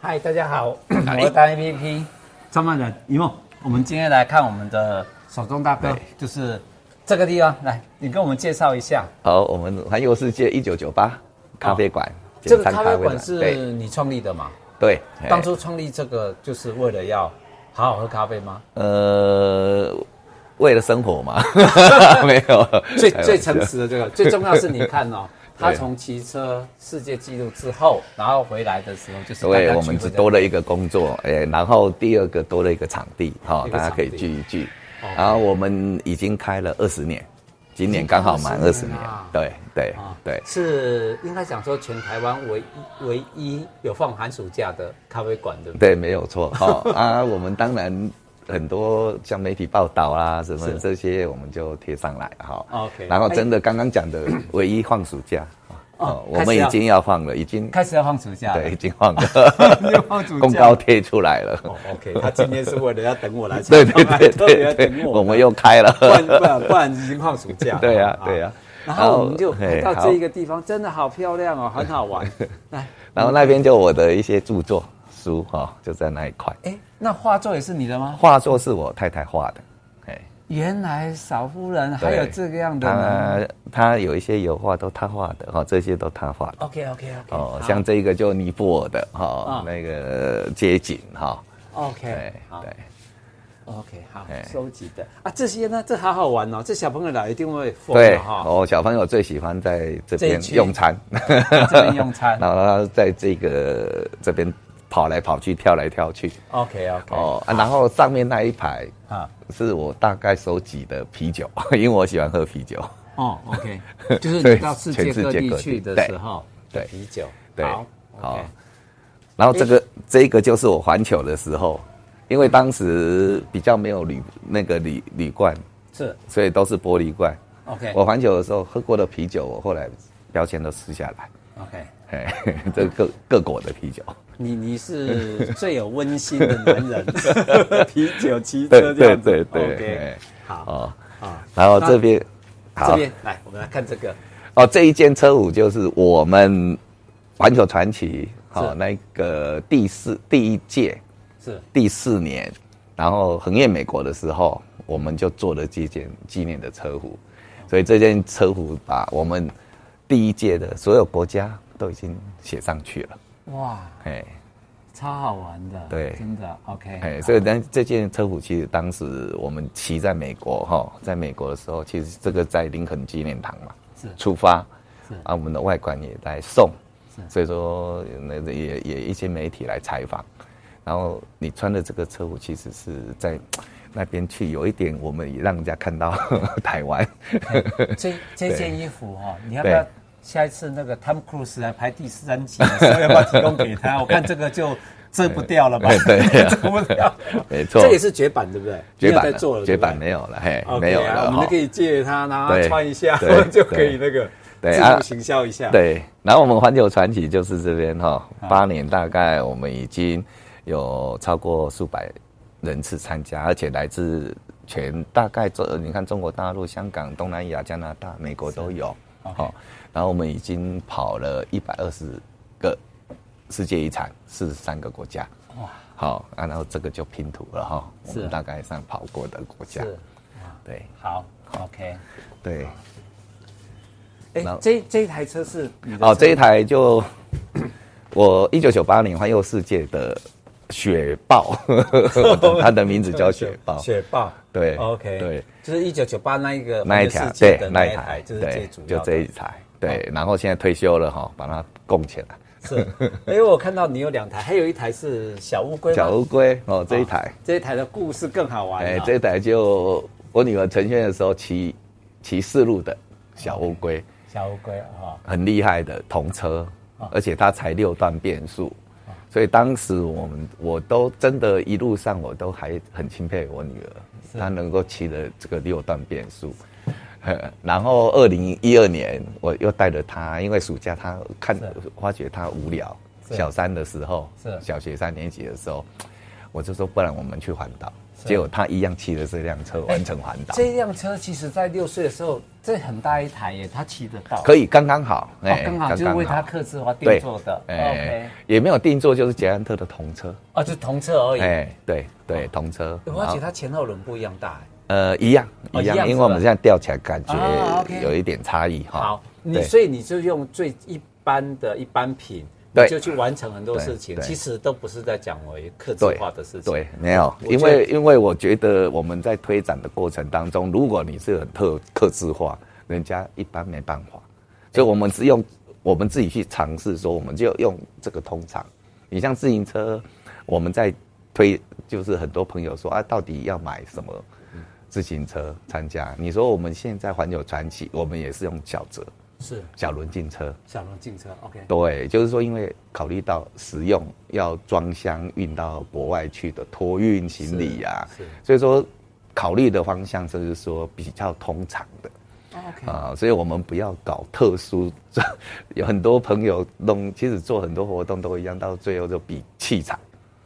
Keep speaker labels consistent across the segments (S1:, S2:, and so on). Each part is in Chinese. S1: 嗨，大家好，
S2: 哎
S1: 我大 APP
S2: 创办人一梦，我们今天来看我们的，
S1: 手中大哥
S2: 对，就是这个地方，来，你跟我们介绍一下。
S3: 好，我们环游世界一九九八咖啡馆，
S1: 哦这个
S3: 简
S1: 咖
S3: 餐
S1: 啡馆
S3: 对
S1: 是你创立的嘛？
S3: 对，哎
S1: 当初创立这个就是为了要好好喝咖啡吗？
S3: 呃，为了生 活嘛，没有，
S1: 最
S3: 哎开玩
S1: 最
S3: 笑
S1: 诚实的这 个，最重要是你看哦，他从骑车世界纪录之后，然后回来的时候就是大
S3: 对，
S1: 家
S3: 我
S1: 聚
S3: 们
S1: 会
S3: 只
S1: 的
S3: 多了一个工作，哎，然后第二个多了一个场地，哈、
S1: 一个
S3: 大
S1: 场地
S3: 家可以聚一聚。
S1: 哦
S3: 然后我们已经开了二十年，今年刚好满
S1: 已
S3: 二
S1: 经开
S3: 十年
S1: 了20年了，
S3: 对对
S1: 啊
S3: 对，
S1: 是应该讲说全台湾唯一唯一有放寒暑假的咖啡馆，对不对？
S3: 对，没有错， 哈、啊，我们当然很多像媒体报道啦，什么
S1: 是哦
S3: 这些，我们就贴上来，哈、
S1: OK
S3: 然后真的刚刚讲的唯一放暑假，
S1: 哦
S3: 哦，
S1: 开
S3: 我
S1: 始
S3: 们已
S1: 要
S3: 经要放了，已经
S1: 开始要放暑假了
S3: 对，已。经 放了，
S1: 又放暑假
S3: 公告贴出来了。
S1: 哦，OK，他今天是为了要等我来采
S3: 对
S1: 访，
S3: 对 对
S1: 特别要
S3: 对
S1: 等
S3: 对，
S1: 我
S3: 我
S1: 们
S3: 们又开了。
S1: 不然不然不然已经放暑假了。
S3: 对呀
S1: 啊，
S3: 对呀。
S1: 然后我们就
S3: 嘿
S1: 来到
S3: 好
S1: 这一个地方，真的好漂亮哦，很好 玩。来，
S3: 然后那边就我的一些著作书哈、哦，就在那一块。
S1: 哎，那画作也是你的吗？
S3: 画作是我太太画的，哎，
S1: 原来少夫人还
S3: 对
S1: 有这个样的呢。
S3: 她她有一些油画都她画的哈、哦，这些都她画的
S1: OK OK OK，
S3: 哦，像这个就尼泊尔的哈、
S1: 哎啊
S3: 哦，那个街景哈、
S1: OK，
S3: 对
S1: 好
S3: 对。
S1: OK，好
S3: 哎，
S1: 收集的啊，这些呢，这好好玩哦，这小朋友来一定会疯
S3: 对
S1: 的，哈。
S3: 哦，小朋友最喜欢在这
S1: 这一
S3: 边
S1: 区
S3: 用餐，
S1: 这边用餐
S3: 然后他在这个这边跑来跑去，跳来跳去，
S1: OK OK，
S3: 哦，啊然后上面那一排
S1: 啊，
S3: 是我大概收集的啤酒， 因为我喜欢喝啤酒，
S1: 哦，OK，就是
S3: 对
S1: 你到世
S3: 全
S1: 界
S3: 世
S1: 各
S3: 界
S1: 地
S3: 各
S1: 去
S3: 地
S1: 的
S3: 对
S1: 时候，
S3: 对
S1: 啤酒，
S3: 对，
S1: 好，OK，
S3: 然后这个这个就是我环球的时候，因为当时比较没有铝那个铝铝罐，
S1: 是
S3: 所以都是玻璃罐。
S1: OK
S3: 我环球的时候喝过的啤酒，我后来标签都撕下来，
S1: OK。
S3: 哎， 这各各国的啤酒，
S1: 你你是最有温馨的男 人，啤酒、骑
S3: 对
S1: 车这
S3: 对
S1: 样子。
S3: 对对
S1: OK，
S3: 哎
S1: 好
S3: 哦，
S1: 啊，
S3: 然后这边
S1: 这
S3: 好
S1: 边来，我们来看这个
S3: 哦，这一件车舞就是我们环球传奇
S1: 是
S3: 哦，那个第四第一届
S1: 是
S3: 第四年，然后横越美国的时候，我们就做了这件纪念的车服，所以这件车服把我们第一届的所有国家都已经写上去了，
S1: 哇，
S3: 哎
S1: 超好玩的，
S3: 对
S1: 真的 OK，
S3: 哎，所以但这件车服其实当时我们骑在美国哈、在美国的时候，其实这个在林肯纪念堂嘛，
S1: 是
S3: 出发
S1: 是，
S3: 啊，我们的外观也来送
S1: 是，
S3: 所以说那也也一些媒体来采访，然后你穿的这个车服其实是在那边去，有一点我们也让人家看到 台湾，
S1: 这这
S3: 对
S1: 件衣服哈、哦，你要不要
S3: 对
S1: 下一次那个 Tom Cruise 来拍第三集的时候，要不要提供给他？我看这个就遮不掉了吧？
S3: 哎对
S1: 遮不 掉。
S3: 没错，
S1: 这也是绝版，对不对？
S3: 绝
S1: 没
S3: 版
S1: 有在做了，
S3: 绝版
S1: 对
S3: 没有了，嘿
S1: 不对。，
S3: 没有
S1: OK 啊
S3: 了
S1: 我们
S3: 哈
S1: 就可。以借它，然后
S3: 对
S1: 穿一下
S3: 对
S1: 就可以那个
S3: 对
S1: 自
S3: 啊
S1: 助行销一下。，
S3: 对，然后我们环球传奇就是这边哈、
S1: 啊
S3: 八年大概我们已经有超过数百人次参加，而且来自全大概这你看中国大陆、香港、东南亚、加拿大、美国都有，好、然后我们已经跑了一百二十个世界遗产，四十三个国家，哇，好、啊，然后这个就拼图了哈、我
S1: 是啊
S3: 们大概上跑过的国家，
S1: 是啊
S3: 对
S1: 好，OK。
S3: 对，
S1: 哎
S3: 然，后
S1: 这这一台车是你的
S3: 哦，
S1: 车
S3: 这一台就我一九九八年环游世界的雪豹， 它的名字叫雪豹。
S1: 雪豹，
S3: 对
S1: ，OK，
S3: 对，
S1: 就是一九九八那一个
S3: 那
S1: 环
S3: 一
S1: 游
S3: 条
S1: 世界
S3: 对
S1: 的
S3: 那
S1: 那
S3: 一
S1: 一台
S3: 台，
S1: 就是最
S3: 对
S1: 主
S3: 就
S1: 要的
S3: 这一台对，然后现在退休了哈，把它供起来。
S1: 是，因为我看到你有两台，还有一台是小乌龟吗，
S3: 小乌龟哦，这一台，
S1: 这一台的故事更好玩、啊。
S3: 哎，这一台就我女儿成仙的时候骑骑四路的小乌龟，
S1: 小乌龟啊，
S3: 很厉害的童车，而且它才六段变速，
S1: 啊
S3: 所以当时我们我都真的一路上我都还很钦佩我女儿，她能够骑的这个六段变速。 呵然后二零一二年我又带着她，因为暑假她看发觉她无聊，
S1: 是
S3: 小三的时候
S1: 是，
S3: 小学三年级的时候，我就说不然我们去环岛。结果他一样骑了这辆车完成环岛。
S1: 这辆车其实在六岁的时候，这很大一台耶，他骑得到。
S3: 可以刚哎刚好，
S1: 哦，刚好就是为他刻制化定做的。
S3: 哎
S1: OK，，
S3: 也没有定做，就是捷安特的同车，
S1: 哦，就同车而已。
S3: 哎，对
S1: 哦
S3: 对，同车。
S1: 我而且它前后轮不一样大耶。哎
S3: 呃，一样
S1: 哦
S3: 一
S1: 一
S3: 样，
S1: 样
S3: 因为我们
S1: 是吧
S3: 现在吊起来感觉
S1: 啊，OK
S3: 有一点差异哈。
S1: 好，你
S3: 对
S1: 所以你就用最一般的一般品，
S3: 对
S1: 你就去完成很多
S3: 对
S1: 事情，
S3: 对
S1: 其实都不是在讲为克制
S3: 对
S1: 化的事情。
S3: 对，没有，
S1: 我
S3: 因
S1: 觉得
S3: 为因为我觉得我们在推展的过程当中，如果你是很特克制化，人家一般没办法，所以我们是用我们自己去尝试说，我们就用这个通常，你像自行车，我们在推，就是很多朋友说啊，到底要买什么
S1: 嗯
S3: 自行车参加？你说我们现在环球传奇，我们也是用小折
S1: 是
S3: 小轮进车，
S1: 小龙进车，OK，
S3: 对，就是说，因为考虑到实用要装箱运到国外去的托运行李啊
S1: 是是，
S3: 所以说考虑的方向就是说比较通常的。
S1: 哦嗯
S3: 啊，所以我们不要搞特殊，有很多朋友弄，其实做很多活动都一样，到最后就比器材，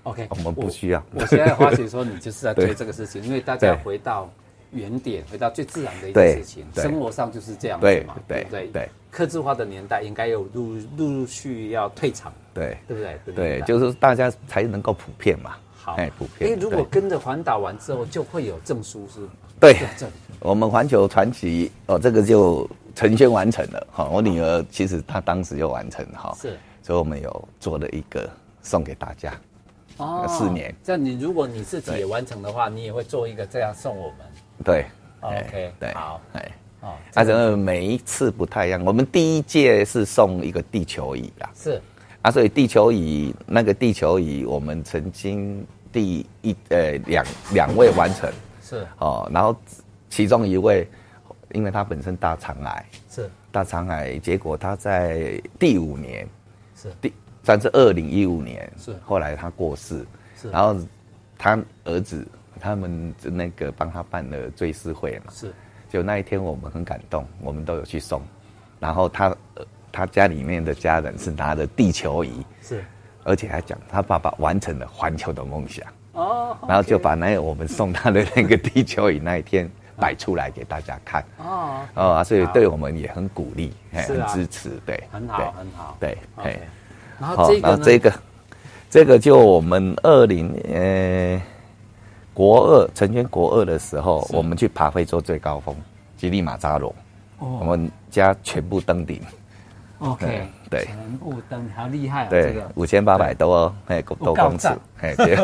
S1: OK，
S3: 我们不需要
S1: 我。我现在花 姐说你就是在
S3: 对
S1: 推这个事情，因为大家
S3: 对
S1: 回到原点，回到最自然的一
S3: 对
S1: 件事情，
S3: 对
S1: 生活上就是这样子
S3: 对
S1: 嘛，
S3: 对
S1: 不对
S3: 对。
S1: 克制化的年代应该有陆陆陆续要退场，
S3: 对
S1: 对不对？对不
S3: 对，就是大家才能够普遍嘛。
S1: 好。
S3: 哎，普遍。
S1: 因为如果
S3: 对
S1: 跟着环岛完之后，就会有证书是吗？
S3: 对
S1: 证。
S3: 我们环球传奇哦，这个就陈轩完成了哈、我女儿其实她当时就完成哈、
S1: 是，
S3: 所以我们有做了一个送给大家，
S1: 哦
S3: 呃四年。
S1: 这样你如果你自己也完成的话，你也会做一个这样送我们。
S3: 对
S1: OK，
S3: 对，
S1: 好，
S3: 哎，
S1: 哦，
S3: 啊，整个每一次不太一样。我们第一届是送一个地球仪啦，
S1: 是
S3: 啊，所以地球仪那个地球仪，我们曾经第一呃两两位完成
S1: 是
S3: 哦，然后其中一位，因为他本身大肠癌，
S1: 是
S3: 大肠癌，结果他在第五年，
S1: 是
S3: 第算是二零一五年，
S1: 是
S3: 后来他过世，
S1: 是
S3: 然后他儿子他们那个帮他办了追思会嘛，
S1: 是
S3: 就那一天我们很感动，我们都有去送，然后他呃他家里面的家人是拿着地球仪，
S1: 是
S3: 而且还讲他爸爸完成了环球的梦想，
S1: 哦
S3: 然后就把那个我们送他的那个地球仪那一天摆出来给大家看。
S1: 哦，
S3: 哦，啊所以对我们也很鼓励，哎
S1: 是啊
S3: 很支持，对，
S1: 很
S3: 对
S1: 好很好。
S3: 对，哎
S1: OK，，然后
S3: 好
S1: 这，个
S3: 然
S1: 呢？
S3: 后这个，这个就我们二零呃国二成全国二的时候，我们去爬非洲最高峰吉力马扎罗，我们家全部登顶，
S1: 哦 OK，
S3: 对
S1: 全部登好厉害啊！这
S3: 对
S1: 个，
S3: 五千八百多哦，哎，多
S1: 告
S3: 公尺
S1: 状，
S3: 哎， 对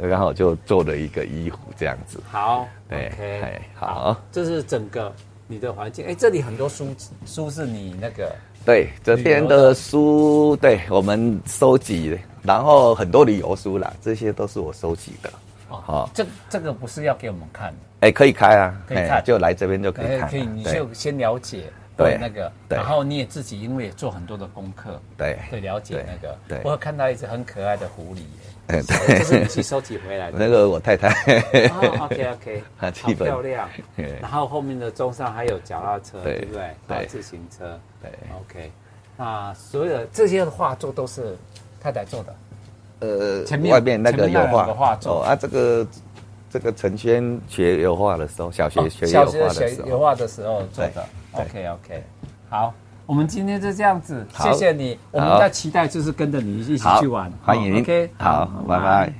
S3: 然后就做了一个医护这样子，
S1: 好
S3: 对
S1: ，OK，
S3: 哎好，
S1: 这是整个你的环境。哎，这里很多书书是你那个
S3: 对，这边的书，对我们收集，然后很多旅游书啦，这些都是我收集的。
S1: 哦
S3: 好，
S1: 这这个不是要给我们看的。
S3: 哎，可以开啊，
S1: 可以看
S3: 就来这边就可以
S1: 哎，
S3: 看
S1: 可以，你
S3: 了。对
S1: 就先了解
S3: 对
S1: 那个，
S3: 对
S1: 然后你也自己因为也做很多的功课，
S3: 对
S1: 对，了解
S3: 对
S1: 那个。
S3: 对
S1: 我有看到一只很可爱的狐狸耶，
S3: 哎
S1: 这是你
S3: 对，
S1: 去收集回来的。
S3: 那个我太太，
S1: 哦，OK OK，
S3: 它
S1: 好
S3: 基本
S1: 漂亮
S3: 对。
S1: 然后后面的中上还有脚踏车，
S3: 对
S1: 对不对？
S3: 对
S1: 还有自行车。
S3: 对
S1: ，OK，那所有的这些的画作都是太太做的。
S3: 呃
S1: 前面
S3: 外面那
S1: 前
S3: 个
S1: 面那
S3: 油
S1: 两个画
S3: 画
S1: 作
S3: 啊，这个这个陈轩学油画的时候，小学学油
S1: 哦小
S3: 画
S1: 学
S3: 的
S1: 学
S3: 时
S1: 油
S3: 候，
S1: 画的时候做的。
S3: 对
S1: OK OK，好，我们今天就这样子，
S3: 好
S1: 谢谢你。我们
S3: 好
S1: 在期待就是跟着你一起去玩，
S3: 欢迎
S1: 哦，OK，
S3: 好，拜拜。